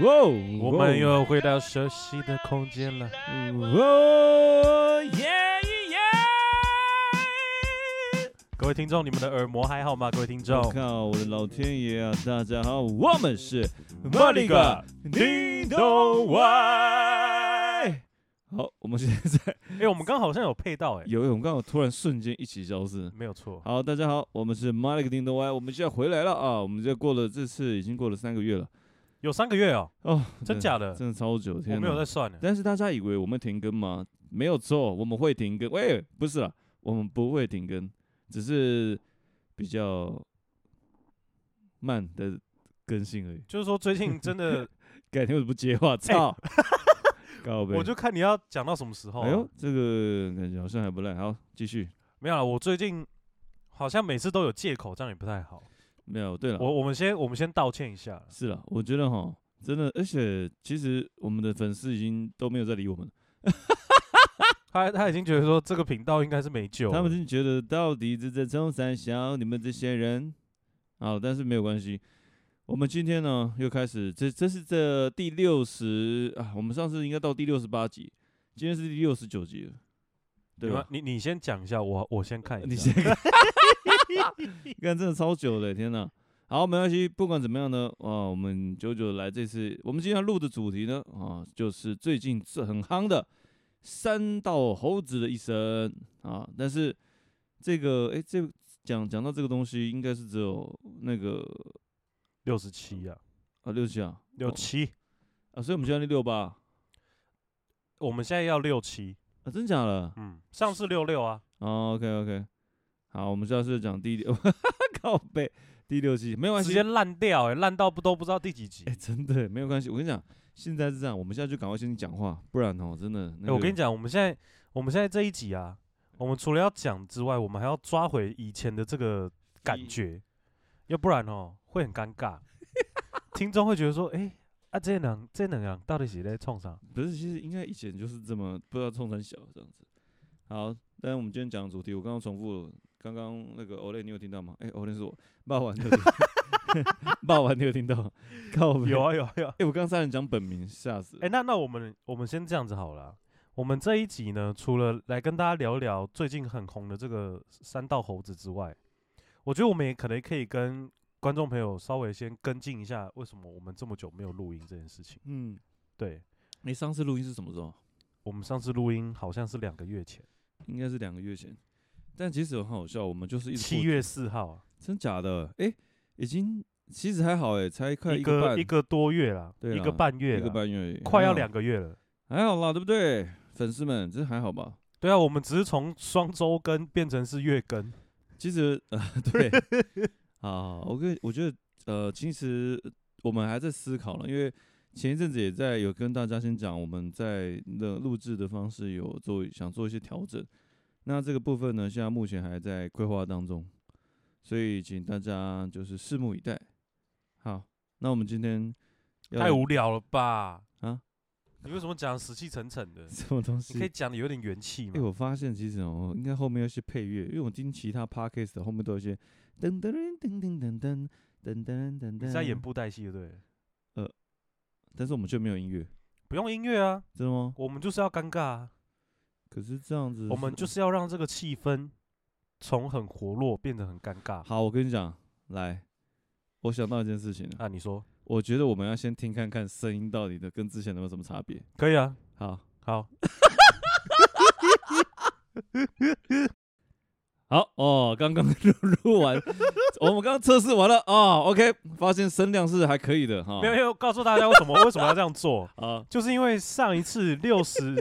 哇哦！我们又回到熟悉的空间了。哇耶耶！各位听众，你们的耳膜还好吗？各位听众我，靠，我的老天爷啊！大家好，我们是啊莫里哥叮咚外。啊好，我们现在哎、我们刚好像有配到哎、有我们刚好突然瞬间一起消失。没有错。好，大家好，我们是 Malik 叮咚 Y，我们现在回来了啊！我们这过了这次已经过了三个月了有三个月哦，哦，真假的？真的超久，天我没有哪在算呢。但是大家以为我们停更吗？没有错，我们会停更。喂，不是啦，我们不会停更，只是比较慢的更新而已。 就是说，最近真的，改天我不接话，操！ 告白。哎我就看你要讲到什么时候啊、哎呦，这个感觉好像还不赖。好，继续。没有了。啊我最近好像每次都有借口，这样也不太好。没有，对了，我我们先我们先道歉一下。是了，我觉得哈，真的，而且其实我们的粉丝已经都没有在理我们了，他他已经觉得说这个频道应该是没救了。他们就觉得到底是在冲三小，你们这些人。好，但是没有关系。我们今天呢，又开始，这这是这第六十啊，我们上次应该到第六十八集，今天是第六十九集了，对你吧们？你你先讲一下，我我先看一下。你先 看，看真的超久了，天哪！好，没关系，不管怎么样呢，啊，我们久久来这次，我们今天要录的主题呢，啊，就是最近这很夯的三道猴子的一生啊，但是这个，哎、这讲讲到这个东西，应该是只有那个六十七啊，啊六七啊六七，啊，所以我们现在六八我们现在要六七。啊，真假的？嗯，上次六六啊，哦、o k OK，好，我们下次讲第六， 靠背第六期，没关直系，接烂掉哎、烂到不都不知道第几集。哎、真的没有关系。我跟你讲，现在是这样，我们现在就赶快先讲话，不然哦，真的。那哎我跟你讲，讲，我们现在我们现在这一集啊，我们除了要讲之外，我们还要抓回以前的这个感觉，要不然哦会很尴 尬，听众会觉得说，哎、啊这两这两人到底是在冲啥？不是，其实应该以前就是这么，不知道冲成小这样子。好，但是我们今天讲的主题，我刚刚重复了，刚刚那个 Olay 你有听到吗？哎、o l a y 是我，霸王你有听 到，霸王你有听到，靠北有。啊有啊有啊。哎、我刚刚差点讲本名，吓死了。哎、那那我们我们先这样子好了啊、我们这一集呢，除了来跟大家聊一聊最近很红的这个三道猴子之外，我觉得我们也可能可以跟观众朋友稍微先跟进一下，为什么我们这么久没有录音这件事情。嗯，对你、上次录音是什么时啊候？我们上次录音好像是两个月前，应该是两个月前。但其实很好笑，我们就是一直七过，月四号啊、真假的？哎、已经其实还好、哎，才快一个个半，一个多月啦，对一啦个半月一个啦半嗯月而已，快还要好两个月了。还好啦，对不对？粉丝们，这还好吧？对啊，我们只是从双周更变成是月更，其实呃， 对啊，我跟我觉得呃，其实我们还在思考了，因为前一阵子也在有跟大家先讲，我们在的录制的方式有做想做一些调整。那这个部分呢，现在目前还在规划当中，所以请大家就是拭目以待。好，那我们今天要太无聊了吧？啊，你为什么讲死气沉沉的？什么东你可以西？讲的有点元气哎、嘛？我发现其实哦，应该后面要一些配乐，因为我听其他 podcast 的后面都有一些噔噔噔噔噔噔噔噔噔你噔，是在演布袋戏对不对？但是我们却没有音乐，不用音乐啊，真的吗？我们就是要尴尬、啊，可是哦这样子，我们就是要让这个气氛从很活络变得很尴尬。好。我跟你讲，来，我想到一件事情了，啊，你说 我觉得我们要先听看看声音到底的跟之前有没有什么差别。可以啊？好，好，好哦，刚 刚录录完，我们刚刚测试完了哦 OK，发现声量是还可以的哈。没有，没有，告诉大家为什么为什么要这样 做，啊，就是因为上一次六十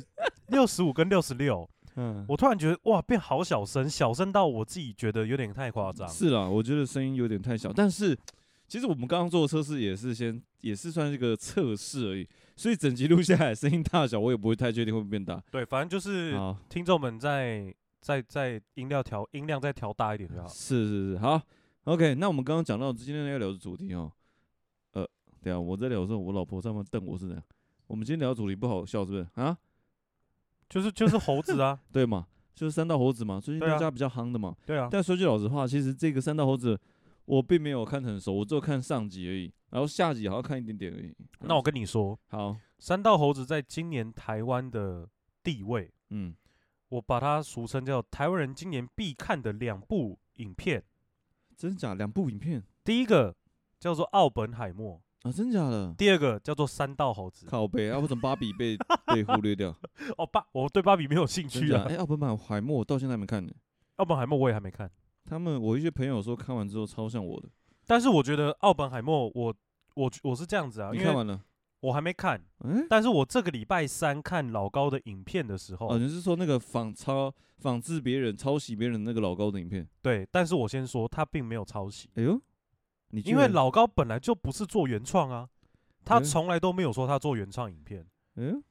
六十五跟六十六，嗯，我突然觉得哇，变好小声，小声到我自己觉得有点太夸张。是啦，我觉得声音有点太小，但是其实我们刚刚做的测试也是先也是算是一个测试而已，所以整集录下来声音大小我也不会太确定会不会变 大。对，反正就是好，听众们在在在音量调音量再调大一点就好。是是是，好，OK。那我们刚刚讲到今天要聊的主题哦，呃，对啊，我在聊的时候，我老婆上面瞪我是这样。我们今天聊的主题不好笑是不是啊？就是就是猴 子啊，对嘛，就是三道猴子嘛，最近对啊大家比较夯的嘛。对啊，但说句老实话，其实这个三道猴子，我并没有看得很熟，我只有看上集而已，然后下集好像看一点点而已。那我跟你说，好，三道猴子在今年台湾的地位，嗯，我把它俗称叫台湾人今年必看的两部影片。真假两部影片第一个叫做《奥本海默》，啊，真假的？第二个叫做《三道 猴子》。靠背，啊，我怎么芭比 被被忽略掉？哦，芭，我对芭比没有兴真趣假？啊。哎，奥本海海默我到现在还没看呢。奥本海默我也还没看，他们我一些朋友说看完之后超像我的，但是我觉得奥本海默，我我我是这样子啊，你因看为完了？我还没看，嗯，但是我这个礼拜三看老高的影片的时候，哦，你是说那个仿抄、仿制别人、抄袭别人那个老高的影片？对，但是我先说他并没有抄袭，哎呦，你居因为然，老高本来就不是做原创啊，他嗯从来都没有说他做原创影片，哎呦，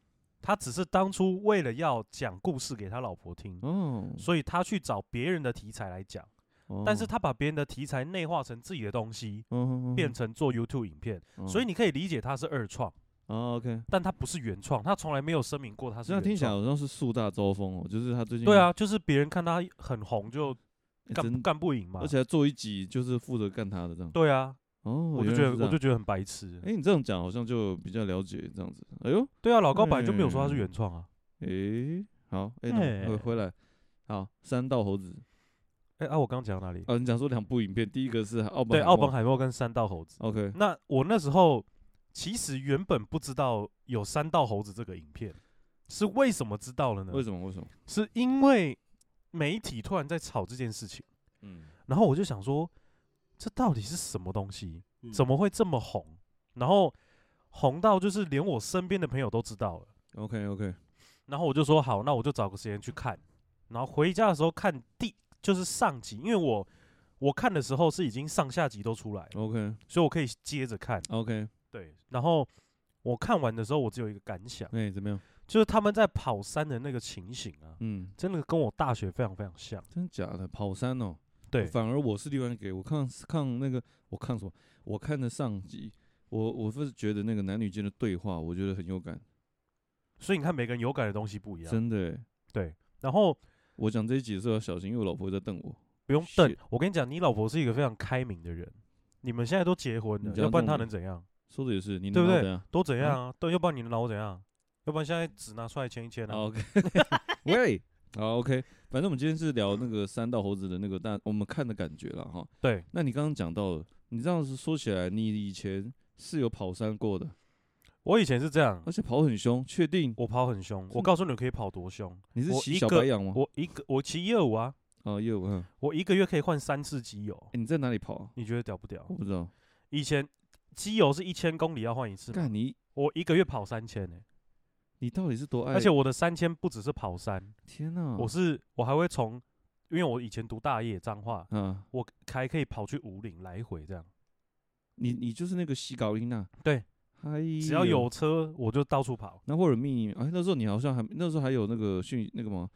他只是当初为了要讲故事给他老婆听，哦，所以他去找别人的题材来讲，哦但是，他把别人的题材内化成自己的东西，哦，变成做 YouTube 影片，哦，所以你可以理解他是二创，哦，OK，但他不是原创，他从来没有声明过他是这样听原起来创。好像是树大招风哦，就是他最近对啊，就是别人看他很红就哎干真干不赢嘛而，且还做一集就是负责干他的这样。对啊，哦，我就原觉来是这得我就样觉得很白痴。哎，你这样讲好像就比较了解这样子。哎呦，对啊，老高本来就没有说他是嗯原创啊。哎，好，哎，那我回哎回来，好，三道猴子哎、啊，我刚刚讲到哪里？啊，你讲说两部影片，第一个是奥本对，海奥默本海默跟三道猴子。 ，OK，那我那时候其实原本不知道有三道猴子这个影片，是为什么知道了呢？为什么为什么？是因为媒体突然在炒这件事情，嗯，然后我就想说，这到底是什么东西？嗯怎么会这么红？然后红到就是连我身边的朋友都知道了。 ？OK OK，然后我就说好，那我就找个时间去看。然后回家的时候看第就是上集，因为我我看的时候是已经上下集都出来了， OK 所以我可以接着看。 OK，对，然后我看完的时候，我只有一个感想，哎、怎么样？就是他们在跑山的那个情形啊，嗯，真的跟我大学非常非常像。真假的跑山哦，对，反而我是另外给我看看那个我看什么？我看的上集，我我是觉得那个男女间的对话，我觉得很有感，所以你看每个人有感的东西不一样。真的欸。对，然后我讲这一集的时候要小心，因为我老婆会在瞪我。不用等 Shit，我跟你讲，你老婆是一个非常开明的人。你们现在都结婚你了，讲要不然这她种能怎样？说的也是，你对不能对怎样都怎样啊？对，要不然你能拿我怎样？要不然现在纸拿出来签一签啊？好？OK，喂，好 OK，反正我们今天是聊那个三道猴子的那个大我们看的感觉了哈。对，那你刚刚讲到了，你这样子说起来，你以前是有跑山过的，我以前是这样而，且跑很凶，确定我跑很凶。我的告诉你，可以跑多凶。你是我骑一小个白羊吗？我一个我骑一二五啊，哦，业务，嗯，我一个月可以换三次机油哎，你在哪里跑啊？你觉得屌不屌我？不知道。以前机油是一千公里要换一次嘛，干你，我一个月跑三千呢、欸你到底是多爱？而且我的三千不只是跑山，天哪，我是我还会从，因为我以前读大业彰化，啊，我还可以跑去五岭来回这样，你你就是那个西高音呐，对，嗨，只要有。车我就到处跑，那或者密，哎，那时候你好像还那时候还有那个讯那个嘛，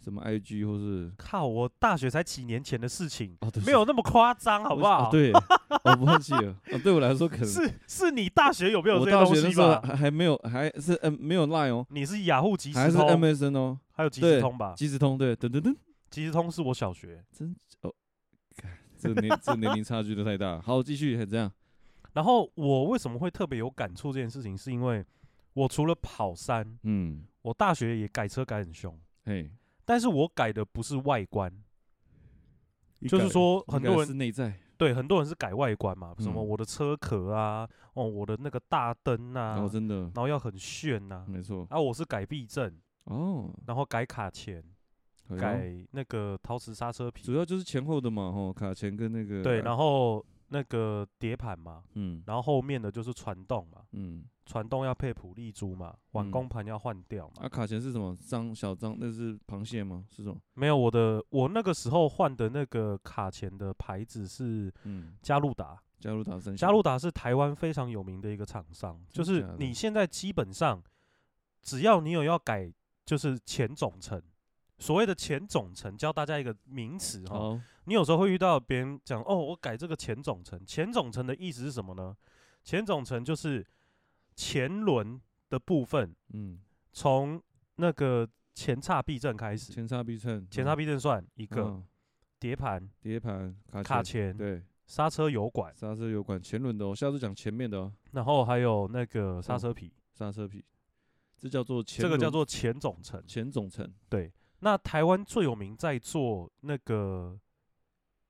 什么 IG 或是靠，我大学才几年前的事情，哦，对不起没有那么夸张，好不我好？哦，对，我忘记了。啊，对我来说可能是是你大学有没有我这大些东学那西时候吧？还还没有，还是嗯没有 Line 哦，你是雅虎即还时是通，啊 MSN 哦，还有即对时通吧？即时通对，等等等，即时通是我小学，真哦，干这年这年龄差距都太大了。好，继续，还这样，然后我为什么会特别有感触这件事情，是因为我除了跑山，嗯，我大学也改车改很凶，嘿，但是我改的不是外观，一就是改说一很改多是人内在，对很多人是改外观嘛，什么嗯我的车壳啊，哦我的那个大灯啊，哦，嗯真的然，后要很炫呐、没错，啊我是改避震，哦，然后改卡钳，好哟改那个陶瓷刹车皮，主要哎就是前后的嘛，吼，卡钳跟那个对，然后后那个碟盘嘛，嗯然后后面的就是传动嘛，嗯，传动要配普利珠嘛，碗嗯工盘要换掉嘛。啊，卡钳是什么？章小章那是螃蟹吗？是什么？没有，我的我那个时候换的那个卡钳的牌子是嗯，嘉路达，加入打三嘉路达是台湾非常有名的一个厂商，就嗯真是假的你现在基本上只要你有要改，就是前总成。所谓的前总成，教大家一个名词哈。好，你有时候会遇到别人讲哦，我改这个前总成。前总成的意思是什么呢？前总成就是前轮的部分，嗯，从那个前叉避震开始，前叉避衬，前叉避避震算一个，嗯碟盘、碟盘卡卡钳钳、对，刹车油管，刹车油管前轮的、哦，我下次讲前面的、哦、然后还有那个刹车皮，刹车皮，这叫做嗯前这个叫轮做前总成。前总成，对，那台湾最有名在做那个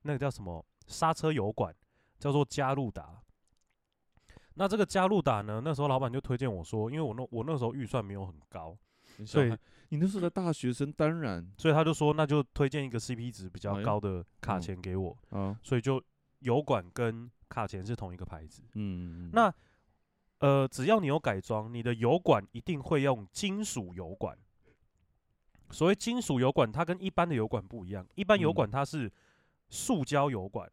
那个叫什么刹车油管，叫做加路达。那这个加路达呢，那时候老板就推荐我说，因为我那我那时候预算没有很高，你小所以孩你那时候的大学生，当然所以他就说那就推荐一个 CP 值比哎较呦高的卡嗯钳给我，啊，所以就油管跟卡钳是同一个牌子。嗯，嗯那呃，只要你有改装，你的油管一定会用金属油管。所谓金属油管，它跟一般的油管不一样，一般油嗯管它是塑胶油管，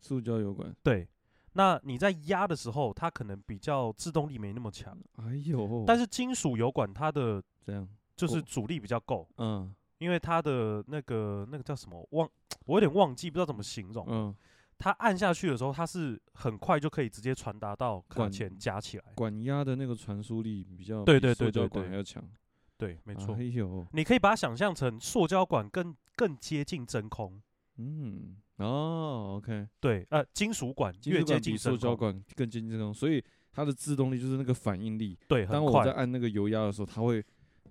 塑胶油管，对。那你在压的时候，它可能比较制动力没那么强，哎呦，但是金属油管它的这样，就是过阻力比较够，嗯因为它的那个那个叫什么忘，我有点忘记，不知道怎么形容。嗯，它按下去的时候，它是很快就可以直接传达到卡管钳夹起来。管压的那个传输力比较对比对对塑胶对管对还要强，对，没错哎。呦，你可以把它想象成塑胶管更更接近真空，嗯，哦，OK，对，呃，金属管金越属接管比近塑真胶空，管更接近真空，所以它的制动力就是那个反应力，对，当很我快在，按那个油压的时候，它会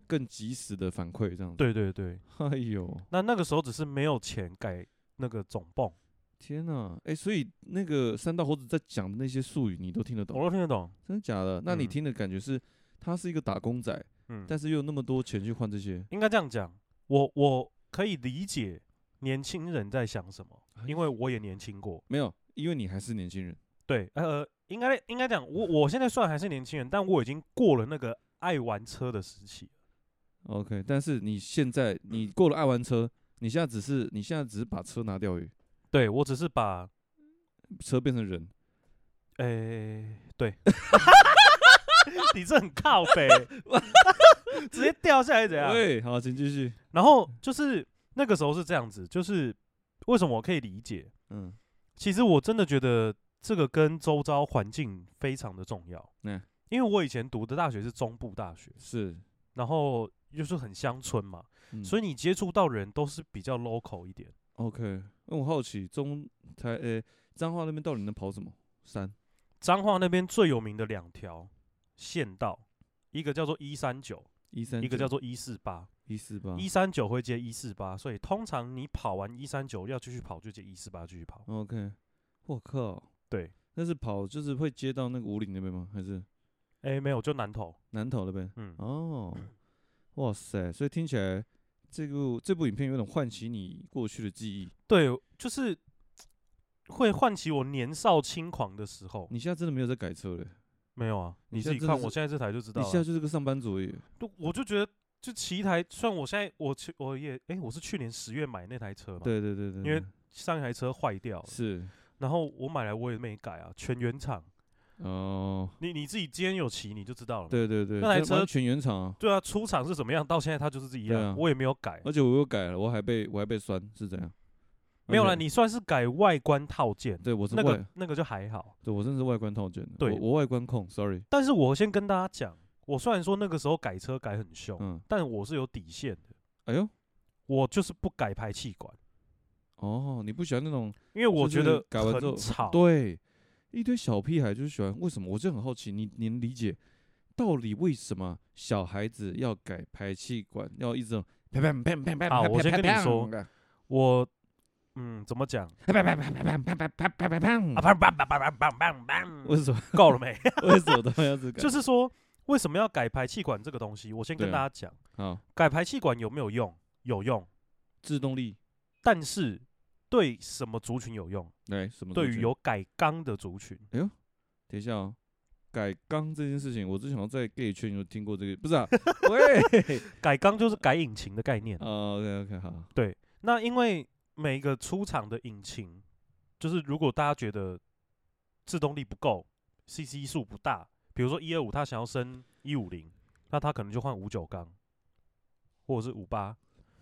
更及时的反馈这样子。对对对。 哎呦，那那个时候只是没有钱改那个总泵，天呐，哎、所以那个三道猴子在讲的那些术语，你都听得我懂？都听得懂，真的假的？那你哦嗯听的感觉是，他是一个打工仔，嗯，但是又有那么多钱去换这些，应该这样讲，我我可以理解年轻人在想什么，哎因为我也年轻过，没有，因为你还是年轻人。对，呃，应该应该讲，我我现在算还是年轻人，但我已经过了那个爱玩车的时期， OK，但是你现在你过了爱玩车，你现在只是你现在只是把车拿掉而已，对我只是把，车变成人，诶， 对， 你这很靠北，直接掉下来怎样？对，好，请继续。然后就是那个时候是这样子，就是为什么我可以理解？嗯，其实我真的觉得这个跟周遭环境非常的重要。嗯因为我以前读的大学是中部大学，是，然后就是很乡村嘛，嗯、所以你接触到人都是比较 local 一点。 OK，那我哎好奇中台诶彰化那边到底能跑什么山？彰化那边最有名的两条县道，一个叫做一三九，一三一个叫做一四八。一四八一三九会接一四八，所以通常你跑完一三九要继续跑，就接一四八继续跑。 OK，我靠，对，那是跑就是会接到那个五岭那边吗？还是诶，没有，就南投。南投那边？嗯，哦，哇塞！所以听起来这部这部影片有点唤起你过去的记忆。对，就是会唤起我年少轻狂的时候。你现在真的没有在改车了，没有啊，你你现在自己真的看，我是现在这台就知道啊你了。现在就是个上班族而已。就我就觉得，就骑一台，虽然我现在我去我也诶，我是去年十月买那台车嘛，，对对对对，因为对上一台车坏掉了，是然后我买来我也没改啊，全原厂。哦，你你自己今天有骑你就知道了嘛。对对对，那台这完车全原厂啊，对啊，出厂是怎么样，到现在它就是这对样，啊我也没有改。而且我又改了，我还被我还被酸，是怎样？没有而啦，且你算是改外观套件，对我是那外，个那个就还好。对我真的是外观套件的，对我我外观控，sorry，但是我先跟大家讲，我虽然说那个时候改车改很凶，嗯，但我是有底线的，哎呦，我就是不改排气管，哦，你不喜欢那种因为我就觉是得改完之后很吵。对，一堆小屁孩就是喜欢，为什么？我就很好奇，你你能理解到底为什么小孩子要改排气管，要一直砰砰砰砰砰啊砰我先砰跟你砰说砰我嗯，怎么讲？砰砰砰砰砰砰砰砰砰砰啊，砰砰砰砰砰砰砰为砰，什么够 了没？为什么都要这改？ 就是说，为什么要改排气管这个东西？我先跟对啊大家讲，好，改排气管有没有用？有用，制动力但是对什么族群有用？来什么族对群？于有改缸的族群，等一下哦。改缸这件事情，我之前好像在 gay 圈有听过这个，不是啊？ 喂，改缸就是改引擎的概念。哦，OK OK，好，对，那因为每个出厂的引擎，就是如果大家觉得制动力不够，CC 数不大，比如说一二五，他想要升一五零，那他可能就换五九缸，或者是五八，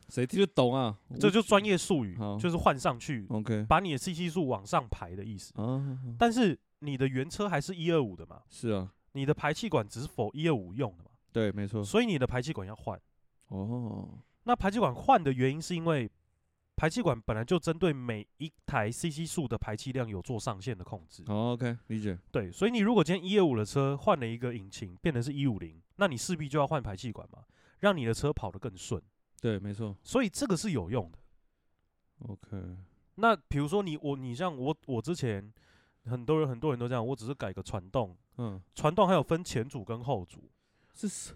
谁听得懂啊？这我就专业术语好，哦就是换上去， OK 把你的 CC 数往上排的意思。啊，但是你的原车还是一二五的嘛，是啊，你的排气管只是否一二五用的嘛，对，没错，所以你的排气管要换。哦，那排气管换的原因是因为排气管本来就针对每一台 CC 数的排气量有做上限的控制。好，OK，理哦解。对，所以你如果今天一二五的车换了一个引擎，变成是一五零，那你势必就要换排气管嘛，让你的车跑得更顺。对，没错。所以这个是有用的。 OK，那比如说你我你像我我之前很多人很多人都这样，我只是改个传动，嗯，传动还有分前组跟后组，是是，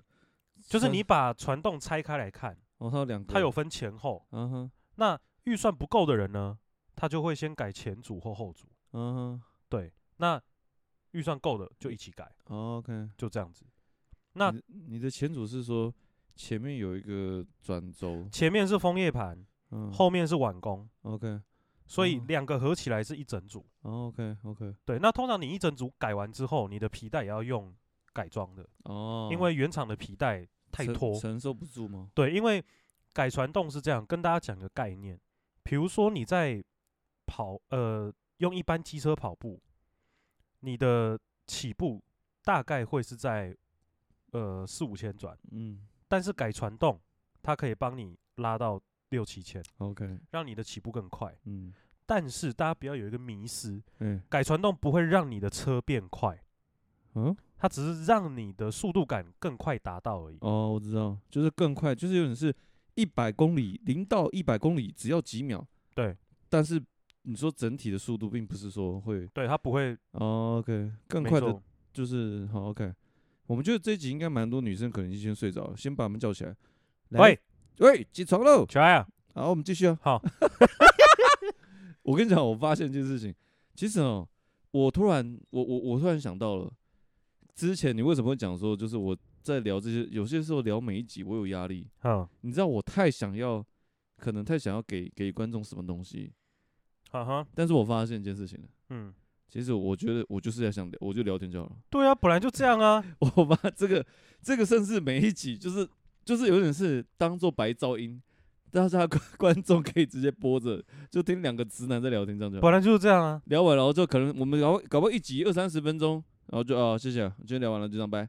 就是传你把传动拆开来看，哦，它有两个，它有，分前后。嗯哼，那预算不够的人呢，他就会先改前组或后组。嗯对，那预算够的就一起改，哼，OK。哦就这样子。那你的你的前主是说前面有一个转轴，前面是枫叶盘，嗯，后面是碗工， OK，所以哦两个合起来是一整组。哦，OK，OK，对，那通常你一整组改完之后，你的皮带也要用改装的，哦，因为原厂的皮带太承拖。承受不住吗？对，因为改传动是这样，跟大家讲个概念，比如说你在跑，呃，用一般机车跑步，你的起步大概会是在呃四五千转，嗯但是改传动，它可以帮你拉到六七千， ，OK，让你的起步更快。嗯，但是大家不要有一个迷失，哎，改传动不会让你的车变快，嗯，它只是让你的速度感更快达到而已。哦，我知道，就是更快，就是有点是一百公里，零到一百公里只要几秒。对，但是你说整体的速度，并不是说会、对，它不会哦、OK 更没快的错，就是好 OK。我们觉得这一集应该蛮多女生可能已经睡着了，先把她们叫起来。来喂，喂，起床喽！小爱啊，好，我们继续啊。好， 我跟你讲，我发现一件事情，其实哦，我突然，我我我突然想到了，之前你为什么会讲说，就是我在聊这些，有些时候聊每一集我有压力，嗯，你知道我太想要，可能太想要给给观众什么东西，哈哈，但是我发现一件事情了，嗯，其实我觉得我就是在想聊，我就聊天就好了。对啊，本来就这样 啊，我把这个这个甚至每一集就是就是有点是当做白噪音，大家观 观众可以直接播着，就听两个直男在聊天这样就好。本来就是这样啊，聊完然后就可能我们搞搞不好一集二三十分钟，然后就哦谢谢，今天聊完了就这样拜。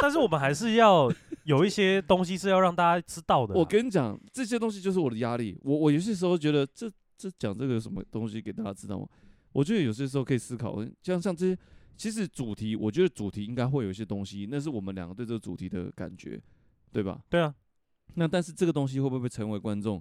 但是我们还是要有一些东西是要让大家知道的啦。我跟你讲，这些东西就是我的压力。我我有些时候觉得这这讲这个有什么东西给大家知道吗？我觉得有些时候可以思考，像像这些，其实主题，我觉得主题应该会有一些东西，那是我们两个对这个主题的感觉，对吧？对啊，那但是这个东西会不会成为观众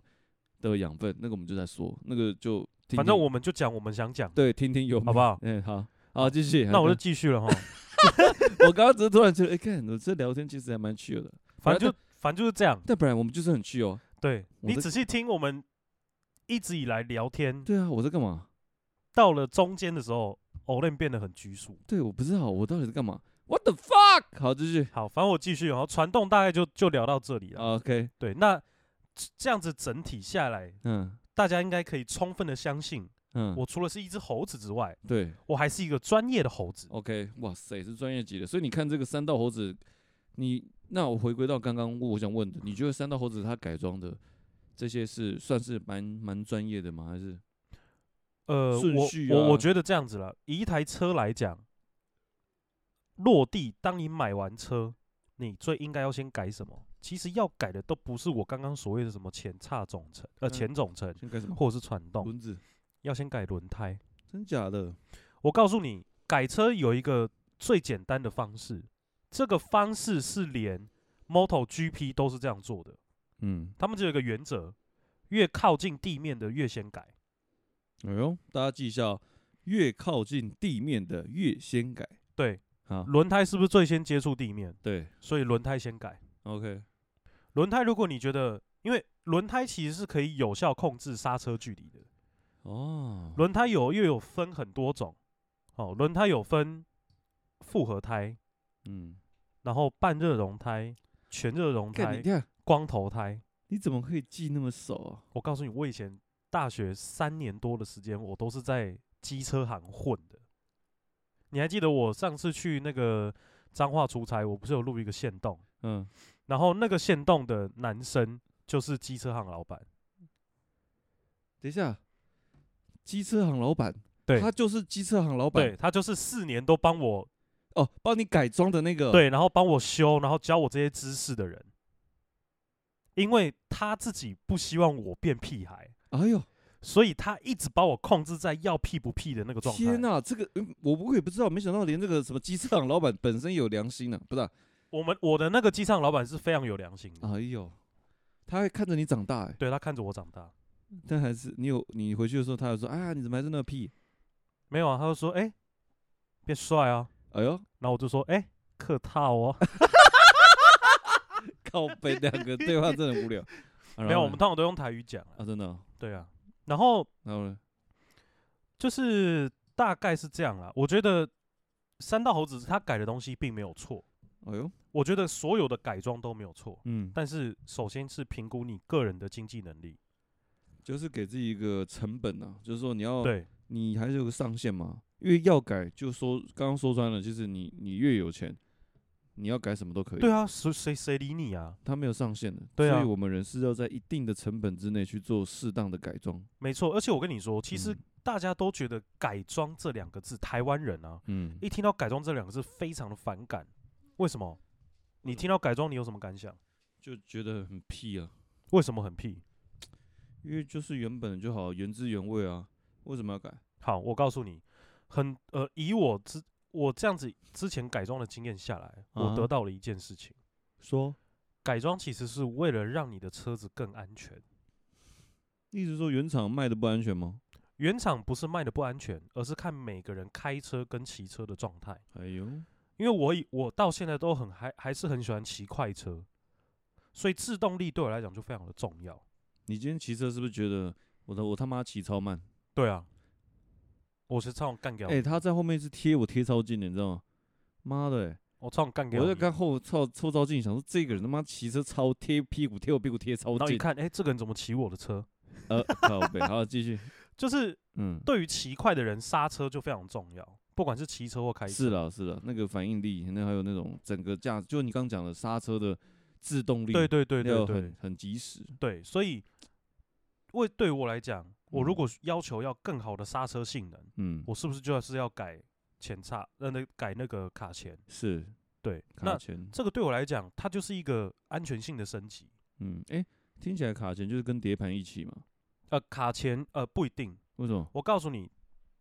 的养分？那个我们就在说，那个就听听反正我们就讲我们想讲，对听听有好不好？嗯好好继续。 那我就继续了哈， 我刚刚只是突然觉得，哎、看我这聊天其实还蛮 chill 的，反正就反正就是这样。但本来我们就是很 chill 啊。对我你在仔细听我们一直以来聊天，对啊，我在干嘛？到了中间的时候，偶然变得很拘束。对我不知道我到底在干嘛。What the fuck？好，继续。好，反正我继续，然后哦传动大概就就聊到这里了。 OK，对，那这这样子整体下来，嗯大家应该可以充分的相信，嗯，我除了是一只猴子之外，对我还是一个专业的猴子。 OK，哇塞，是专业级的。所以你看这个三道猴子，你那我回归到刚刚我想问的，你觉得三道猴子它改装的这些是算是蛮蛮专业的吗？还是呃，顺我序我啊我觉得这样子了，以一台车来讲，落地，当你买完车，你最应该要先改什么？其实要改的都不是我刚刚所谓的什么前叉总成，呃，嗯前总成先改什么？或者是传动，轮子？要先改轮胎。真假的？我告诉你，改车有一个最简单的方式，这个方式是连 MotoGP 都是这样做的，嗯，他们只有一个原则：越靠近地面的越先改。哎呦，大家记一下、哦，越靠近地面的越先改。对，好，轮胎是不是最先接触地面？对所以轮胎先改。 ，OK，轮胎，如果你觉得，因为轮胎其实是可以有效控制刹车距离的。哦，轮胎有又有分很多种，哦，轮胎有分复合胎，嗯，然后半热熔胎、全热熔看你胎、看，光头胎。你怎么可以记那么熟啊？我告诉你，我以前大学三年多的时间，我都是在机车行混的。你还记得我上次去那个彰化出差，我不是有录一个线动，嗯，然后那个线动的男生就是机车行老板，等一下，机车行老板，对他就是机车行老对板他就是四年都帮我哦，帮你改装的那个，，对，然后帮我修，然后教我这些知识的人。因为他自己不希望我变屁孩，哎呦，所以他一直把我控制在要屁不屁的那个状态。天哪、这个嗯我我也不知道，没想到连这个什么鸡翅膀老板本身有良心呢、不是啊、我们我的那个机场老板是非常有良心的，哎呦，他还看着你长大哎、对他看着我长大，但还是你有你回去的时候，他有说啊，你怎么还是那个屁？没有啊，他就说哎、变帅啊，哎呦，然后我就说哎、客套哦，靠背两个对话真的很 无聊。啊没有，我们通常都用台语讲啊、啊，真的哦、对啊，然后然后呢？就是大概是这样啦。我觉得三道猴子他改的东西并没有错，哎呦，我觉得所有的改装都没有错，嗯，但是首先是评估你个人的经济能力。就是给自己一个成本啊，就是说你要，对，你还是有个上限嘛，因为要改就说刚刚说穿了，就是你你越有钱，你要改什么都可以，对啊，谁谁谁理你啊？它没有上限的，对所以啊我们人是要在一定的成本之内去做适当的改装。没错，而且我跟你说，其实嗯大家都觉得“改装”这两个字，台湾人啊，嗯，一听到“改装”这两个字非常的反感。为什么？你听到“改装”，你有什么感想？就觉得很屁啊，为什么很屁？因为就是原本就好，原汁原味啊，为什么要改？好，我告诉你，很呃，以我之我这样子之前改装的经验下来，啊我得到了一件事情：说，改装其实是为了让你的车子更安全。一直说原厂卖的不安全吗？原厂不是卖的不安全，而是看每个人开车跟骑车的状态。哎呦，因为我以我到现在都很还还是很喜欢骑快车，所以制动力对我来讲就非常的重要。你今天骑车是不是觉得我的我他妈骑超慢？对啊，我是超想干掉哎、你，他在后面是贴我贴超近的，你知道吗？妈的、欸！我超想干掉我在你。看后照后照镜，想说这个人他妈骑车超贴屁股，贴我屁股贴超然后一近。看，哎、这个人怎么骑我的车？呃，靠背，好，继续。就是嗯，对于骑快的人，刹车就非常重要，不管是骑车或开车。是啦是啦，那个反应力，那还有那种整个架，就你刚讲的刹车的制动力，对对对对要对很很及时。对，所以为对我来讲，我如嗯果要求要更好的刹车性能，嗯，我是不是就是要改前叉？那那改那个卡钳？是对，卡那钳。这个对我来讲，它就是一个安全性的升级。嗯，哎、听起来卡钳就是跟碟盘一起嘛？呃，卡钳呃不一定，为什么？我告诉你，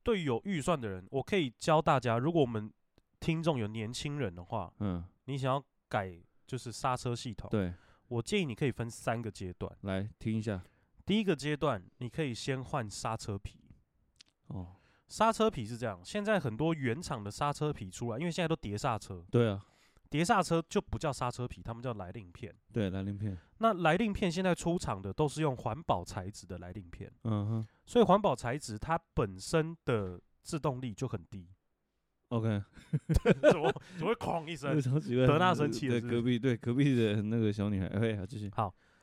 对于有预算的人，我可以教大家，如果我们听众有年轻人的话，嗯，你想要改就是刹车系统，对，我建议你可以分三个阶段。来听一下。第一个阶段，你可以先换刹车皮。哦，刹车皮是这样，现在很多原厂的刹车皮出来，因为现在都碟刹车，对啊，碟刹车就不叫刹车皮，他们叫来令片。对，来鳞片。那来令片现在出厂的都是用环保材质的来令片，嗯哼所以环保材质它本身的制动力就很低。 ，OK。怎么怎么会哐一那个声？超奇怪，德纳是生气了对是不隔是壁对隔壁的那个小女孩，哎，好继续，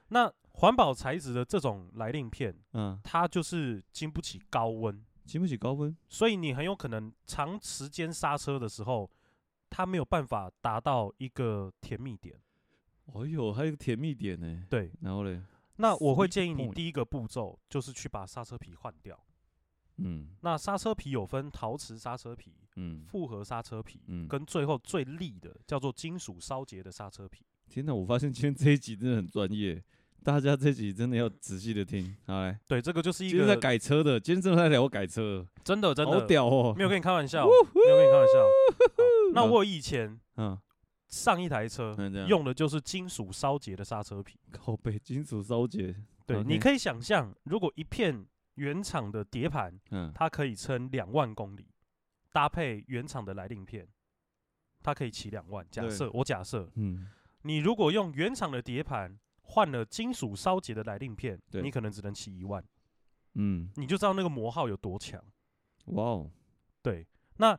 那环保材质的这种来令片，嗯，它就是经不起高温，经不起高温，所以你很有可能长时间刹车的时候，它没有办法达到一个甜蜜点。哦呦，还有一个甜蜜点呢，对，然后嘞，那我会 Sneak 建议你 point 第一个步骤就是去把刹车皮换掉。嗯那刹车皮有分陶瓷刹车皮、嗯，复合刹车皮，嗯跟最后最利的叫做金属烧结的刹车皮。天哪，我发现今天这一集真的很专业，大家这集真的要仔细的听，好来，对，这个就是一今天在个改车的，今天真的在聊改车，真的真好的屌哦，没有跟你开玩笑，没有跟你开玩笑。好那嗯我以前嗯，上一台车那这样用的就是金属烧结的刹车皮。靠背金属烧结，对，呃你 OK 可以想象，如果一片原厂的碟盘，嗯，它可以撑两万公里，搭配原厂的来令片，它可以骑两万。假对设我假设嗯，你如果用原厂的碟盘换了金属烧结的来令片，对你可能只能骑一万，嗯，你就知道那个磨耗有多强。哇哦，对，那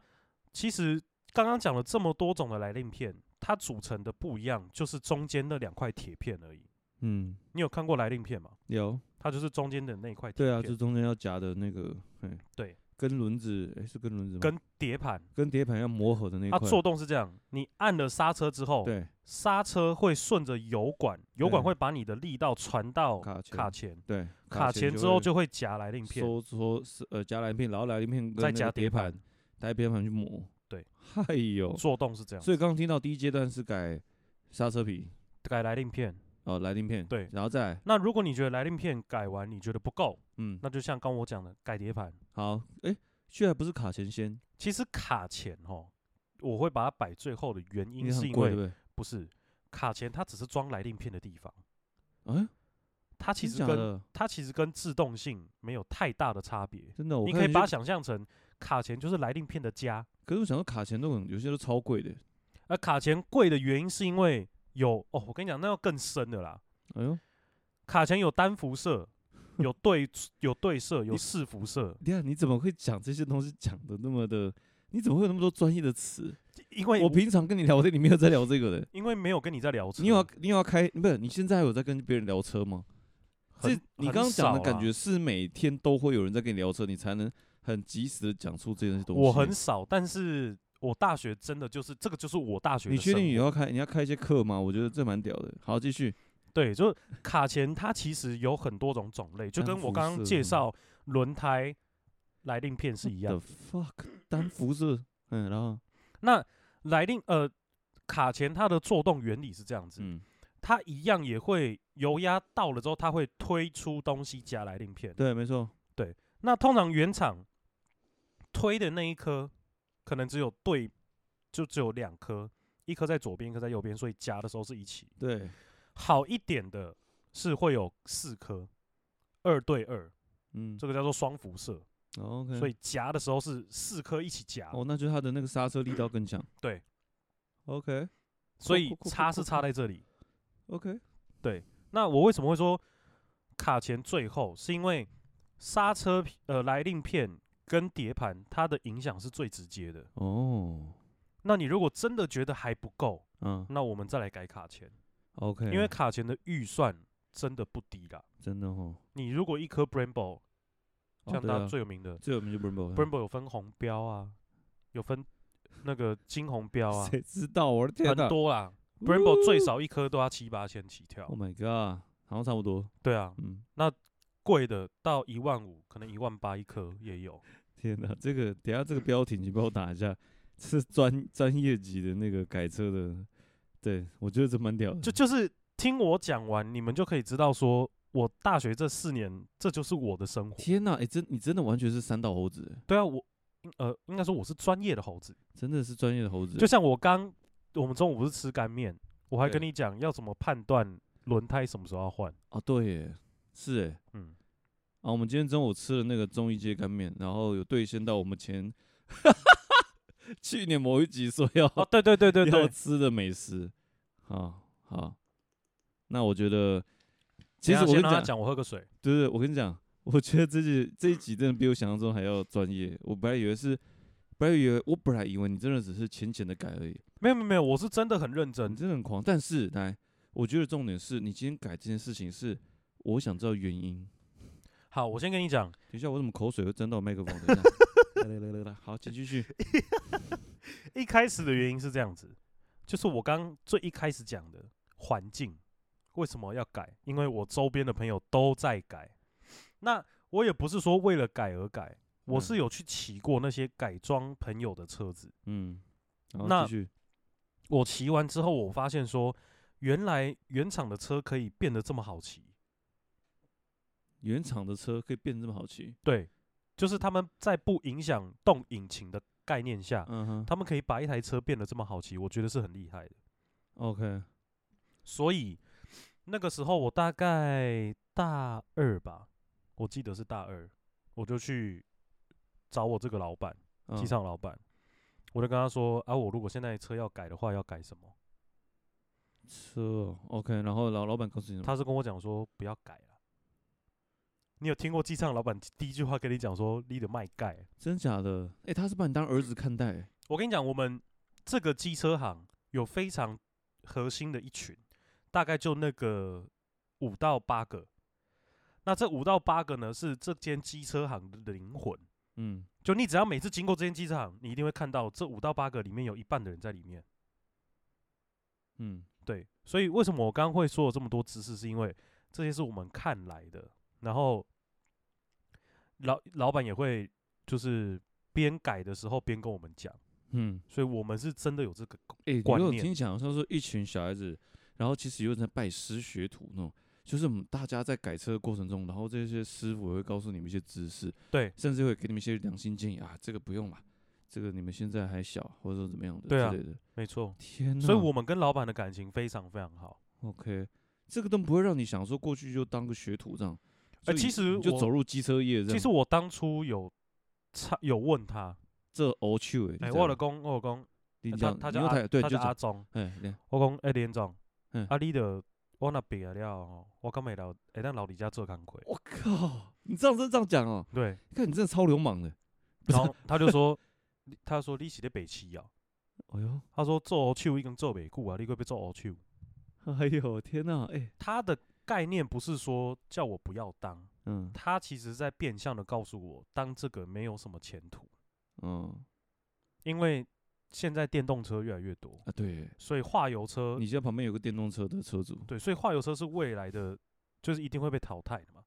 其实刚刚讲了这么多种的来令片，它组成的不一样，就是中间那两块铁片而已。嗯，你有看过来令片吗？有，它就是中间的那一块铁对片，啊，就中间要夹的那个，哎，对，跟轮子，哎，是跟轮子吗？跟碟盘。跟碟盘要磨合的那一它块，做动是这样，你按了刹车之后，对刹车会顺着油管，油管对会把你的力道传到卡钳哦卡钳，对，卡钳之后就会夹来令片。收缩是呃夹来片，然后来片跟再那夹个碟碟盘盘，带碟盘去磨。对，哎呦，做动是这样，所以刚刚听到第一阶段是改刹车皮，改来令片，哦，来鳞片，对然后再来，那如果你觉得来令片改完你觉得不够，嗯，那就像刚我讲的改碟盘，好，哎，居然不是卡钳先，其实卡钳哦，我会把它摆最后的原应因该是很因贵对不为对？不是卡钳，它只是装来令片的地方，哎，它其真实假跟的，它其实跟自动性没有太大的差别。真的，我你看可有以把它些，想象成卡钳就是来令片的家，可是我想说卡钳那种有些都超贵的，而卡钳贵的原因是因为有哦，我跟你讲，那要更深的啦。哎呦，卡钳有单辐射，有对有对射，有四辐射，你看你怎么会讲这些东西讲的那么的？你怎么会有那么多专业的词？因为我平常跟你聊天，你没有在聊这个 的。因为没有跟你在聊车，你有要啊你有要开不是？你现在还有在跟别人聊车吗？这很你很刚刚讲的少啊感啦觉是每天都会有人在跟你聊车，你才能很及时的讲出这些东西。我很少，但是我大学真的就是这个，就是我大学的你确生定你活要开你要开一些课吗？我觉得这蛮屌的。好，继续。对，就是卡钳它其实有很多种种类，就单跟我辐刚射嗯刚介什么绍轮胎来令片是一样 The。fuck，单辐射，嗯，然后那来令呃卡钳它的做动原理是这样子，嗯，它一样也会油压到了之后，它会推出东西加来令片。对，没错，那通常原厂推的那一颗可能只有对，就只有两颗，一颗在左边，一颗在右边，所以夹的时候是一起。对，好一点的是会有四颗，二对二，嗯这个叫做双辐射，哦，OK，所以夹的时候是四颗一起夹，哦，那就是它的那个刹车力道更强。对，OK 所以酷酷酷差酷是酷差在这里。 OK，那我为什么会说卡钳最后？是因为刹车皮呃来令片跟碟盘它的影响是最直接的。哦，那你如果真的觉得还不够，嗯那我们再来改卡钳， ，OK，啊因为卡钳的预算真的不低啦。真的哦，你如果一颗 Brembo，哦像对啊嗯它最有名的、最有名就 Brembo， Brembo 有分红标啊，有分那个金红标啊，谁知道？我的天很哪多啦。呜哦 Brembo 最少一颗都要七八千起跳！Oh，my Oh god，好像差不多。对啊，嗯，贵的到一万五，可能一万八一颗也有。天哪，这个等一下这个标题你帮我打一下，是专专业级的那个改车的。对，我觉得这蛮屌的。就就是听我讲完，你们就可以知道说，我大学这四年，这就是我的生活。天哪，哎、真你真的完全是三道猴子欸，对啊，我呃，应该说我是专业的猴子。真的是专业的猴子。欸就像我刚，我们中午不是吃干面，我还对跟你讲要怎么判断轮胎什么时候要换。哦，对耶，是哎，嗯，啊，我们今天中午吃了那个中一街干面，然后有兑现到我们前 去年某一集说要、哦，对对对对要对，吃的美食。好好，那我觉得，其实等一下我跟先你让他讲，讲，我喝个水。对对，我跟你讲， 我觉得这集这一集真的比我想象中还要专业。我本来以为是，本来以为我本来以为你真的只是浅浅的改而已，没有没有没有，我是真的很认你真。真的很狂。但是来，我觉得重点是你今天改这件事情是，我想知道原因。好，我先跟你讲，等一下，我怎么口水会沾到麦克风？等一下 来来来来来，好，请继续。一开始的原因是这样子，就是我刚最一开始讲的环境为什么要改，因为我周边的朋友都在改。那我也不是说为了改而改，我是嗯有去骑过那些改装朋友的车子。嗯，然后那继续。我骑完之后，我发现说，原来原厂的车可以变得这么好骑。原厂的车可以变这么好骑？对，就是他们在不影响动引擎的概念下，嗯哼他们可以把一台车变得这么好骑，我觉得是很厉害的。 ，OK，所以那个时候我大概大二吧，我记得是大二，我就去找我这个老板，嗯机场老板，我就跟他说啊，我如果现在车要改的话，要改什么？车哦，OK，然后老老板告诉你什么，他是跟我讲说不要改了。你有听过机场老板第一句话跟你讲说 lead 卖啊盖？真假的？哎、他是把你当儿子看待欸、我跟你讲，我们这个机车行有非常核心的一群，大概就那个五到八个。那这五到八个呢，是这间机车行的灵魂。嗯，就你只要每次经过这间机车行，你一定会看到这五到八个里面有一半的人在里面。嗯，对，所以为什么我刚刚会说有这么多知识，是因为这些是我们看来的，然后老老板也会就是边改的时候边跟我们讲，嗯，所以我们是真的有这个哎、欸，观我念听起来好像说一群小孩子然后其实有人在拜师学徒那种，就是我们大家在改车的过程中，然后这些师傅也会告诉你们一些知识，对，甚至会给你们一些良心建议啊，这个不用啦，这个你们现在还小，或者说怎么样的对啊之类的。没错。天哪！所以我们跟老板的感情非常非常好。 OK，这个都不会让你想说过去就当个学徒这样。呃所以其实你就我走入机车业这样。其实我当初有差有问他，这偶趣哎、哎，我老公，我老公，你呃这他样他你叫用阿台对他就叫这阿样忠，哎，对我讲哎连总嗯，啊你的我那毕业了哦，我刚没到，哎当老李家做工课，我靠，你这样真这样讲哦， 对，看你真的超流氓的。然后他就说，你他说你是咧北市哦，哎呦，他说做黑手已经做袂久啊，你会不会做黑手？哎呦，天哪，哎，他的概念不是说叫我不要当，嗯他其实在变相的告诉我，当这个没有什么前途，嗯因为现在电动车越来越多，啊，对，所以化油车你现在旁边有个电动车的车主，对，所以化油车是未来的，就是一定会被淘汰的嘛。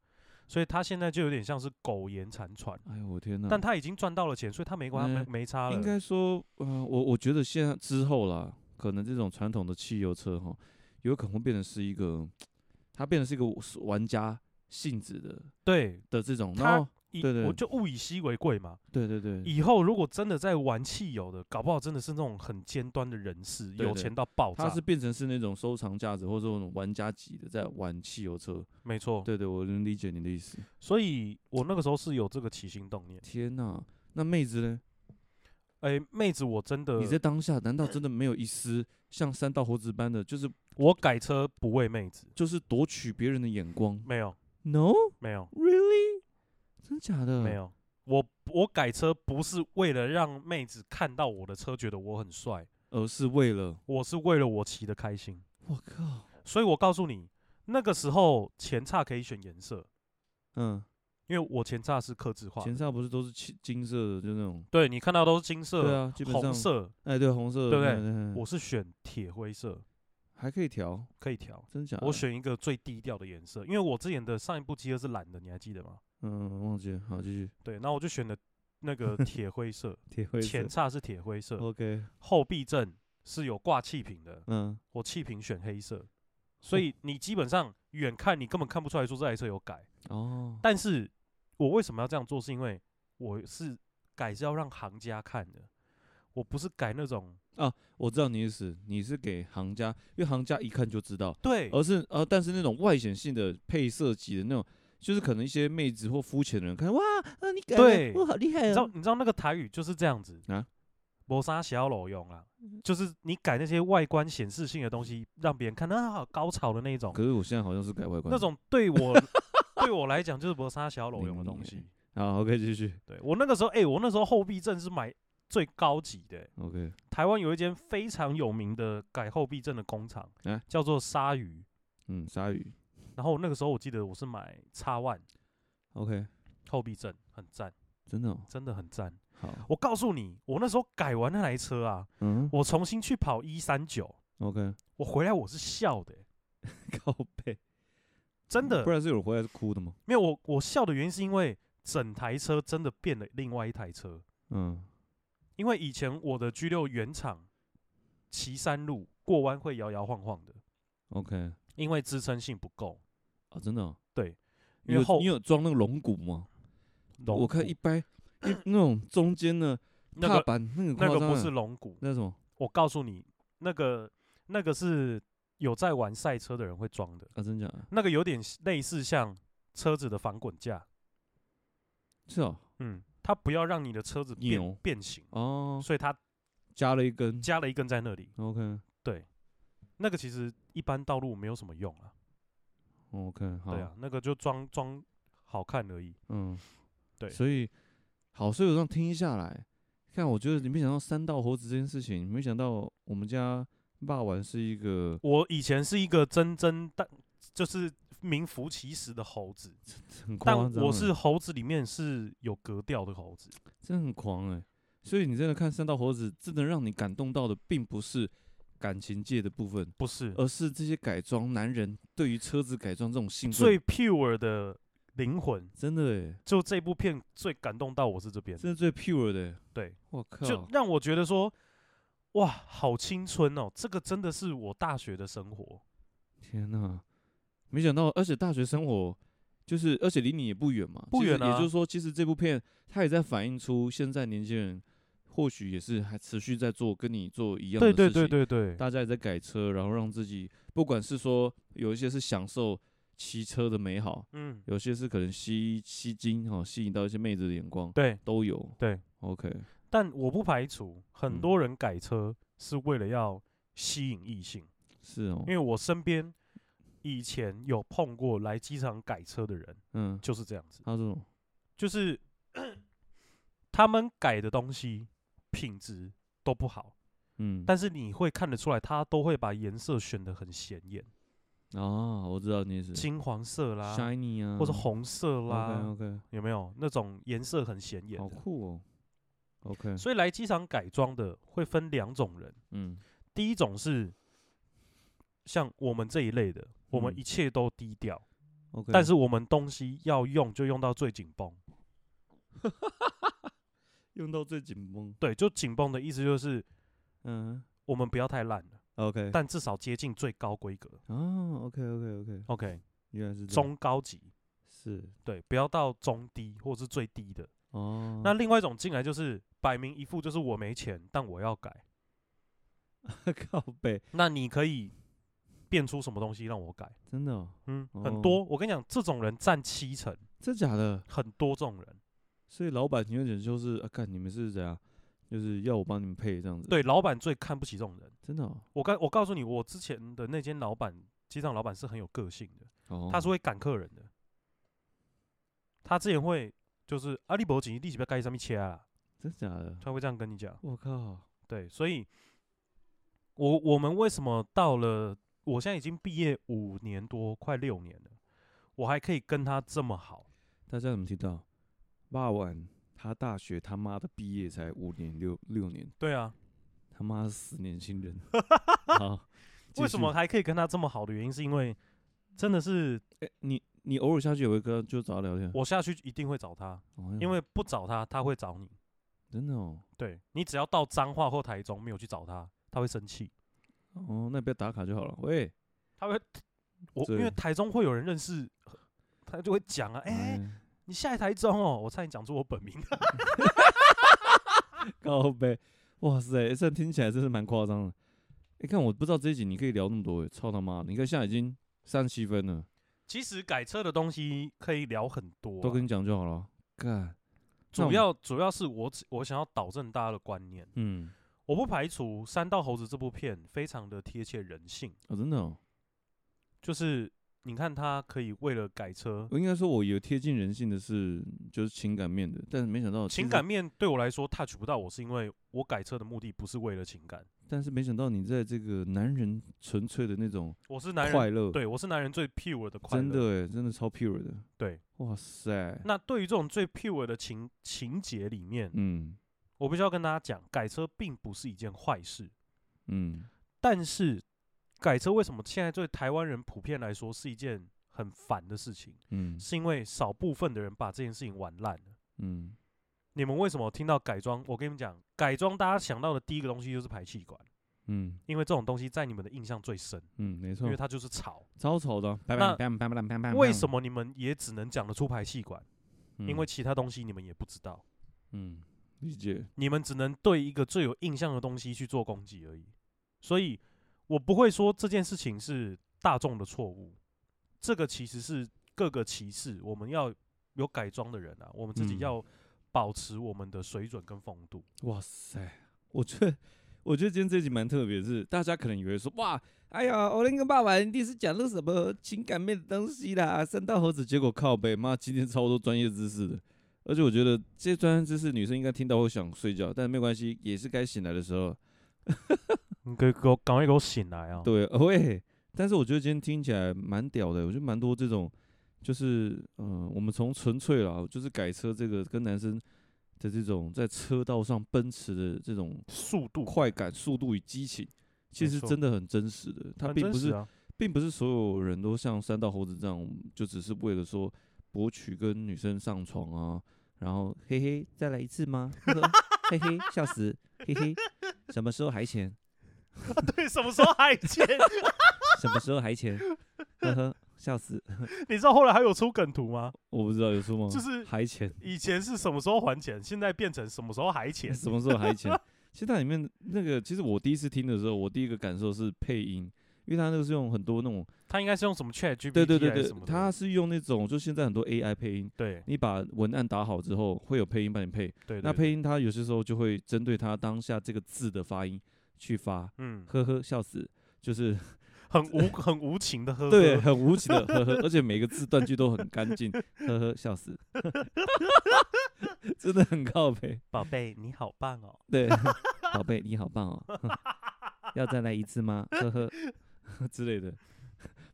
所以他现在就有点像是苟延残喘，哎呦，我天哪，但他已经赚到了钱，所以他没关，他没嗯没差了。应该说，嗯、我我觉得现在之后啦，可能这种传统的汽油车哈，有可能会变成是一个，它变成是一个玩家性质的对，的这种，它然后以对对我就物以稀为贵嘛。对对对，以后如果真的在玩汽油的，搞不好真的是那种很尖端的人士，对有对钱到爆炸。它是变成是那种收藏价值或者说那种玩家级的在玩汽油车，没错，对对，我能理解你的意思。所以我那个时候是有这个起心动念。天哪，那妹子呢？哎，妹子，我真的，你在当下难道真的没有一丝像三道猴子般的，就是我改车不为妹子，就是夺取别人的眼光没有， ？No，没有，真假的？没有。我我改车不是为了让妹子看到我的车觉得我很帅，而呃是为了我是为了我骑的开心。我靠，所以我告诉你，那个时候前叉可以选颜色，嗯。因为我前叉是刻字化的，前叉不是都是青金色的，就那种对你看到都是金色、对啊，基本上嗯红，色，哎，对红色的，对不对对我是选铁灰色，还可以调，可以调。真假的？我选一个最低调的颜色，因为我之前的上一部机车是蓝的，你还记得吗？嗯，忘记了，好继续对，然后我就选了 那个铁灰色，铁灰色哦前叉是铁灰色， ，OK，后避震是有挂气瓶的，嗯，我气瓶选黑色，所以你基本上远看你根本看不出来说这台车有改。哦，但是我为什么要这样做？是因为我是改是要让行家看的，我不是改那种我知道你的意思，你是给行家，因为行家一看就知道，对而是呃，但是那种外显性的配色级的那种，就是可能一些妹子或肤浅的人看，哇，啊，你改对的，哇，好厉害你知道哦，你知道那个台语就是这样子啊，磨砂小裸用啊，就是你改那些外观显示性的东西，让别人看到好高潮的那一种，可是我现在好像是改外观，那种 对我对我来讲就是磨砂小裸用的你东西。好，OK，继续对我那个时候，哎、我那时候后避震是买最高级的、 ，OK，台湾有一间非常有名的改后避震的工厂，啊叫做鲨鱼。嗯，鲨鱼然后那个时候我记得我是买叉 One ，OK，后避震，很赞，真的哦，真的很赞。好，我告诉你，我那时候改完那台车啊，嗯我重新去跑一三九， ，OK，我回来我是笑的欸、靠背。真的不。然是有人回来是哭的吗？没有我我笑的原因是因为整台车真的变了另外一台车，嗯，因为以前我的 G 六原厂骑山路过弯会摇摇晃晃的， OK，因为支撑性不够。啊，真的哦、你因为有后你有装那个龙骨吗？我看一掰一那种中间的 那踏个板那个那夸个张不啊是龙骨，那什么我告诉你，那个那个是有在玩赛车的人会装的，啊？真假的？那个有点类似像车子的防滚架，是哦，嗯，它不要让你的车子变扭变形，哦，所以它加了一根加了一根在那里。 ，OK 那个其实一般道路没有什么用啊， OK，好，对啊，那个就装装好看而已。嗯，对所以好，所以我这样听下来，看，我觉得你没想到三道猴子这件事情，没想到我们家霸王是一个我以前是一个真真但就是名副其实的猴子，很夸但张的，欸我是猴子里面是有格调的猴子，真的很狂哎、所以你真的看《三道猴子》，真的让你感动到的，并不是感情界的部分，不是而是这些改装男人对于车子改装这种兴奋。最 pure 的灵魂。真的哎、就这部片最感动到我是这边，真的最 pure 的欸、对，我就靠，让我觉得说，哇，好青春哦！这个真的是我大学的生活，天呐，没想到，而且大学生活就是，而且离你也不远嘛，不其实远啊也就是说，其实这部片它也在反映出现在年轻人或许也是还持续在做跟你做一样的对事情，对对对对，大家也在改车，然后让自己不管是说有一些是享受骑车的美好，嗯，有些是可能吸吸睛哈、哦，吸引到一些妹子的眼光，对。都有。对，OK，但我不排除很嗯多人改车是为了要吸引异性，是哦因，为我身边以前有碰过来机场改车的人，嗯，就是这样子，他这种就是 他们改的东西品质都不好，嗯，但是你会看得出来，他都会把颜色选的很显眼，哦，我知道你是金黄色啦， shiny 啊，或者红色啦， OK OK，有没有那种颜色很显眼好嗯的？酷哦。OK，所以来机场改装的会分两种人，嗯第一种是像我们这一类的，我们嗯一切都低调， ，OK，但是我们东西要用就用到最紧绷。用到最紧绷，对，就紧绷的意思就是嗯我们不要太烂了， ，OK，但至少接近最高规格。哦，OK OK OK， OK，原来是这样中高级，是对，不要到中低或是最低的。哦，那另外一种进来就是摆明一副就是我没钱，但我要改。 靠背那你可以变出什么东西让我改？真的哦，嗯，哦很多。我跟你讲，这种人占七成，真假的？很多这种人。所以老板情愿者就是啊，看你们是怎样，就是要我帮你们配这样子。，对，老板最看不起这种人。真的哦。我告我告诉你，我之前的那间老板，机场老板是很有个性的，哦他是会赶客人的。他之前会就是啊阿里伯吉立即被盖上面切啊，真假的，他会这样跟你讲。我靠，对，所以我我们为什么到了我现在已经毕业五年多，快六年了，我还可以跟他这么好？大家有没有听到？霸晚他大学他妈的毕业才五年六六年，对啊，他妈是死年轻 人。好，继为什续么？还可以跟他这么好的原因，是因为真的是哎你你偶尔下去也会跟他就找他聊天，我下去一定会找他，哦因为不找他他会找你。真的哦，对你只要到彰化或台中没有去找他，他会生气，哦，那不要打卡就好了。喂，他会我对因为台中会有人认识，他就会讲啊，哎、哎你下来台中哦，我差点讲出我本名。 靠背，哇塞，这听起来真是蛮夸张的。你看，我不知道这一集你可以聊那么多，操他妈的！你看现在已经三十七分了，其实改车的东西可以聊很多啊、都跟你讲就好了。干，那我主们要主要是我只我想要导正大家的观念，嗯，我不排除《三道猴子》这部片非常的贴切人性，哦，真的、哦，就是你看他可以为了改车，我应该说，我有贴近人性的是就是情感面的，但是没想哦到其情实感，面对我来说 touch 不到我，是因为我改车的目的不是为了情感，但是没想到你在这个男人纯粹的那种我是男快人，乐，对我是男人最 pure 的快乐，真的哎，真的超 pure 的，对。哇塞，那对于这种最 pure 的情情节里面，嗯我必须要跟大家讲，改车并不是一件坏事，嗯，但是改车为什么现在对台湾人普遍来说是一件很烦的事情？嗯是因为少部分的人把这件事情玩烂了。嗯，你们为什么听到改装？我跟你们讲，改装大家想到的第一个东西就是排气管，嗯因为这种东西在你们的印象最深，嗯，没错因为，它就是吵。超丑的，啊那为什么？么你们也只能讲得出排气管？因嗯为其他东西你们也不知道，嗯，理解，你们只能对一个最有印象的东西去做攻击而已。所以，我不会说这件事情是大众的错误，这个其实是各个歧视。我们要有改装的人啊，我们自己嗯要保持我们的水准跟风度。哇塞， 我觉得。我觉得今天这集蛮特别，是大家可能以为说哇，哎呀，我那个爸爸一定是讲了什么情感面的东西啦，三道猴子，结果靠背，妈，今天超多专业知识的，而且我觉得这些专业知识女生应该听到会想睡觉，但没有关系，也是该醒来的时候。你给给我赶快给我醒来啊！对， 呃喂，但是我觉得今天听起来蛮屌的，我觉得蛮多这种，就是嗯、呃我们从纯粹啦，就是改车这个跟男生的这种在车道上奔驰的这种速度快感、速度与激情，其没实错真的很真实的。它很并真不实是， 啊、并不是所有人都像三道猴子这样，就只是为了说博取跟女生上床啊，然后嘿嘿，再来一次吗？呵呵嘿嘿，笑死，嘿嘿，什么时候还钱？对，什么时候还见？什么时候还钱？呵呵，笑死！ 你知道后来还有出梗图吗？我不知道有出吗？就是还钱，以前是什么时候还钱，现在变成什么时候还钱？什么时候还 钱？其实它里面那个，其实我第一次听的时候，我第一个感受是配音，因为它那个是用很多那种，他应该是用什么 Chat GPT 对对对还是对什么，的它是用那种就现在很多 AI 配音，对你把文案打好之后，会有配音帮你配。对对那对配音它有些时候就会针对它当下这个字的发音去发，嗯，呵呵，笑死，就是很 无很无情的呵呵， 对，很无情的呵呵，而且每个字断句都很干净，呵呵，笑死， 真的很靠背。宝贝你好棒哦，对， 宝贝你好棒哦， 要再来一次吗？呵呵 之类的，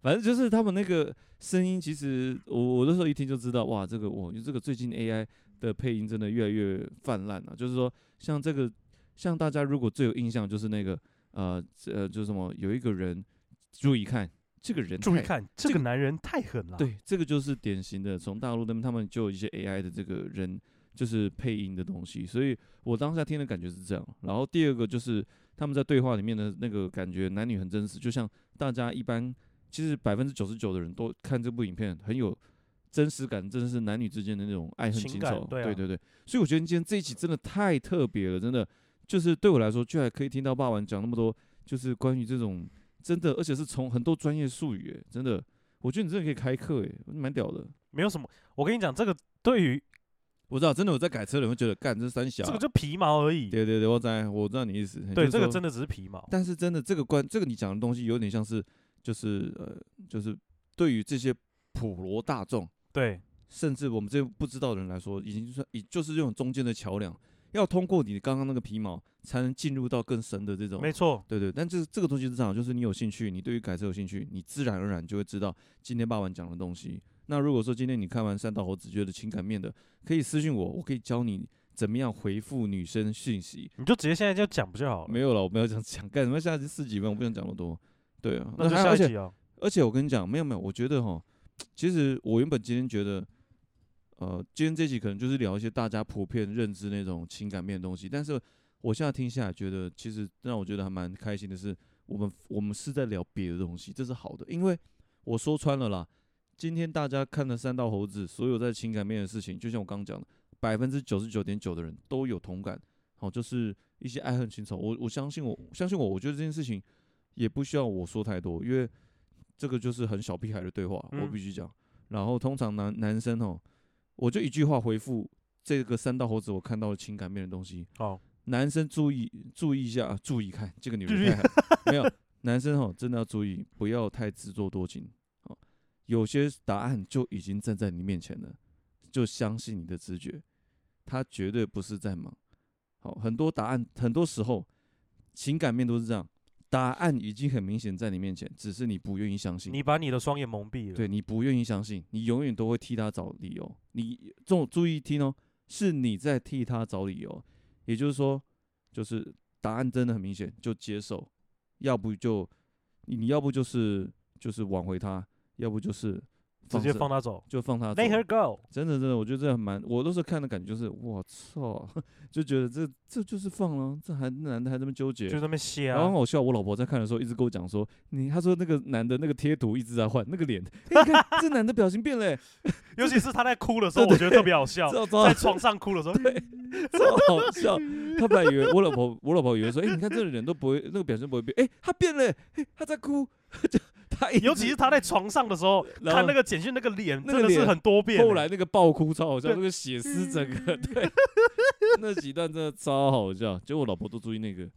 反正就是他们那个声音，其实我我那时候一听就知道，哇，这个我这个最近 AI 的配音真的越来越泛滥了、啊就是说，像这个，像大家如果最有印象就是那个呃这呃，就是什么，有一个人注意看，这个人注意太看这这个个男人太狠了，，对，这个就是典型的，从大陆那边他们就有一些 AI 的这个人，就是配音的东西，所以我当下听的感觉是这样。然后第二个就是他们在对话里面的那个感觉，男女很真实，就像大家一般，其实百分之九十九的人都看这部影片很有真实感，真的是男女之间的那种爱恨情情感仇。对啊对对对，所以我觉得今天这一集真的太特别了，真的就是对我来说，居然可以听到霸王讲那么多，就是关于这种真的，而且是从很多专业术语，哎真的。我觉得你真的可以开课诶，蛮屌的。没有什么，我跟你讲，这个对于我知道，真的有在改车的人会觉得，干这三小啊，这个就皮毛而已，对对对，我知道，我知道你意思。对，这个真的，的只是皮毛，但是真的这个关，这个你讲的东西有点像是，就是呃，就是对于这些普罗大众，对甚至我们这些不知道的人来说，已经算，已就是这种中间的桥梁，要通过你刚刚那个皮毛，才能进入到更深的这种没错，对对，但这这个东西是这样，就是你有兴趣，你对于改车有兴趣，你自然而然就会知道今天爸爸讲的东西。那如果说今天你看完三道猴子觉得情感面的，可以私信我，我可以教你怎么样回复女生讯息。你就直接现在就讲不就好了？没有了，我没有想讲干什么，下集四几分，我不想讲那么多。对啊，那就还下而一且集哦，而且我跟你讲，没有没有，我觉得哈，其实我原本今天觉得，呃，今天这集可能就是聊一些大家普遍认知那种情感面的东西，但是我现在听下来，觉得其实让我觉得还蛮开心的是，我们我们是在聊别的东西，这是好的，因为我说穿了啦，今天大家看的三道猴子，所有在情感面的事情，就像我刚刚讲的，百分之九十九点九的人都有同感，好，就是一些爱恨情仇，我我相信我相信我，我觉得这件事情也不需要我说太多，因为。这个就是很小屁孩的对话，我嗯必须讲。然后通常男男生哦，我就一句话回复这个三道猴子我看到的情感面的东西。好，男生注意注意一下，啊注意看这个女注人意太狠 没有。男生哦，真的要注意，不要太自作多情哦。有些答案就已经站在你面前了，就相信你的直觉，他绝对不是在忙。好、很多答案，很多时候情感面都是这样，答案已经很明显在你面前，只是你不愿意相信。你把你的双眼蒙蔽了，对你不愿意相信，你永远都会替他找理由。你这种注意听哦，是你在替他找理由。也就是说，就是答案真的很明显，就接受，要不就你你要不就是就是挽回他，要不就是直接着放他走就放他走，Let。her go，真的真的，我觉得这样蛮，我都是看的感觉就是，我操， 就觉得这这就是放了、这还男的还这么纠结，就那么歇然后啊很，好笑，我老婆在看的时候一直跟我讲说，你她说那个男的那个贴图一直在换那个脸，哎、你看这男的表情变了、欸，尤其是他在哭的时候，我觉得特别 好笑，超超在床上哭的时候，超好笑。她本来以为我老婆，我老婆以为说，哎、你看这个人都不会，那个表情不会变，哎、他变了、欸，哎、他在哭， 就他一直尤其是他在床上的时候， 然后看那个简讯，那个脸那真个的是脸很多变欸。后来那个爆哭超好笑，对嗯那个血丝整个对， 那几段真的超好笑。结果我老婆都注意那个，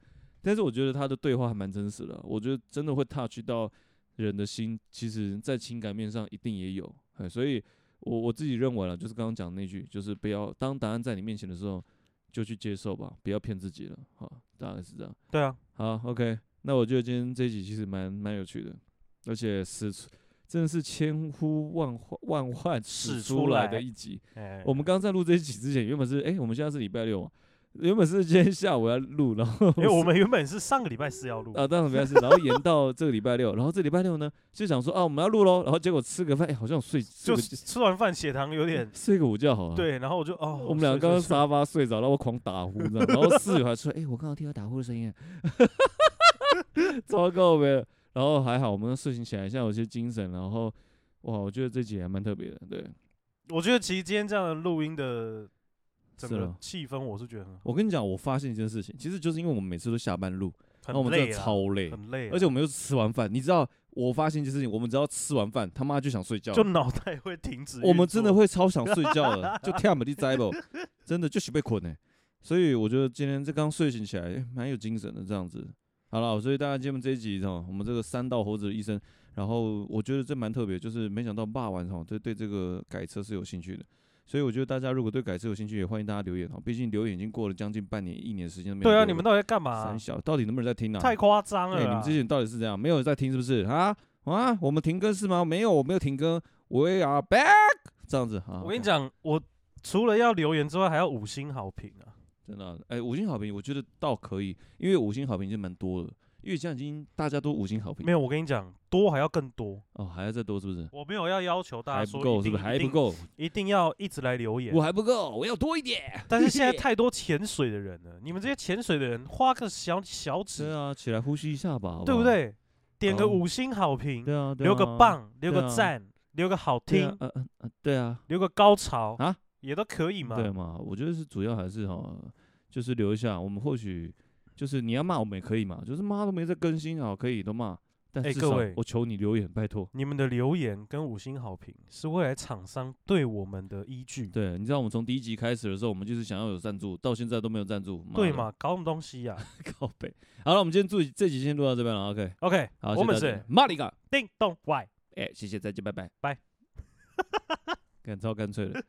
但是我觉得他的对话还蛮真实的，我觉得真的会 touch 到人的心，其实在情感面上一定也有。哎，所以我我自己认为了，就是刚刚讲的那句，就是不要当答案在你面前的时候，就去接受吧，不要骗自己了。好，大概是这样。对啊，好，OK，那我觉得今天这一集其实蛮蛮有趣的，而且使出真的是千呼万唤万唤使使出出来来的一集。哎我们刚刚在录这一集之前，原本是哎、我们现在是礼拜六嘛，原本是今天下午要录，然后哎因为我们原本是上个礼拜四要录， 啊，当然没关系，然后延到这个礼拜六，然后这礼拜六呢就想说啊我们要录喽，然后结果吃个饭，哎、好像睡睡就个是吃完饭血糖有点睡个午觉好了。。对，然后我就哦，我们俩睡刚刚睡睡沙发睡着，然后我狂打呼，这 啊样，然后室友还说：“哎、我刚刚听到打呼的声音。”糟糕没了。然后还好我们睡醒起来，现在有些精神，然后哇，我觉得这集还蛮特别的，对。我觉得其实今天这样的录音的整是啊个吗气氛，我是觉得很好，我跟你讲，我发现一件事情，其实就是因为我们每次都下班录，然后我很们真累的啊，超累，很累啊，而且我们又是吃完饭，你知道，我发现一件事情，我们只要吃完饭，他妈就想睡觉了，就脑袋会停止运作。我们真的会超想睡觉 的，就跳不地栽吧，真的就是被困呢。所以我觉得今天这刚睡醒起来，诶蛮有精神的这样子。好了，所以大家今天这一集哈，我们这个三道猴子的医生，然后我觉得这蛮特别，就是没想到霸王哈对对这个改车是有兴趣的，所以我觉得大家如果对改车有兴趣，也欢迎大家留言哈，毕竟留言已经过了将近半年一年时间都没有对啊，留你们了到底在干嘛啊三？小到底能不能再听啊？太夸张了哎、啦！你们这些人到底是这样？没有人在听是不是啊？啊，我们停更是吗？没有，我没有停更，We are back，这样子啊。我跟你 OK，讲，我除了要留言之外，还要五星好评啊！真的啊，哎、五星好评，我觉得倒可以，因为五星好评已经蛮多了，因为现在已经大家都五星好评，没有，我跟你讲，多还要更多。哦，还要再多是不是？我没有要要求大还家说不一够是定不是？还一不定够，一定要一直来留言我。还不够，我要多一点。但是现在太多潜水的人了，你们这些潜水的人花个小小是指，啊，起来呼吸一下吧，好对不好？对？点个哦五星好评，对啊，对啊留个，棒，留对个啊赞，留个好对啊听，呃呃呃，对啊，留个高潮啊，也都可 以嘛。对嘛？我觉得是主要还是哈，就是留一下，我们或许就是你要骂我们也可以嘛，就是妈都没在更新啊，可以都骂，但哎至各少位我求你留言，拜托。你们的留言跟五星好评是未来厂商对我们的依据，对，你知道我们从第一集开始的时候，我们就是想要有赞助，到现在都没有赞助，妈对的？嘛？搞什么东西呀 靠背。好了，我们今天这集这集先录到这边了，OK。 ？OK，好，我们谢谢大是家马里嘎，叮咚 Y。 哎，谢谢，再见，拜拜，拜。干超干脆的。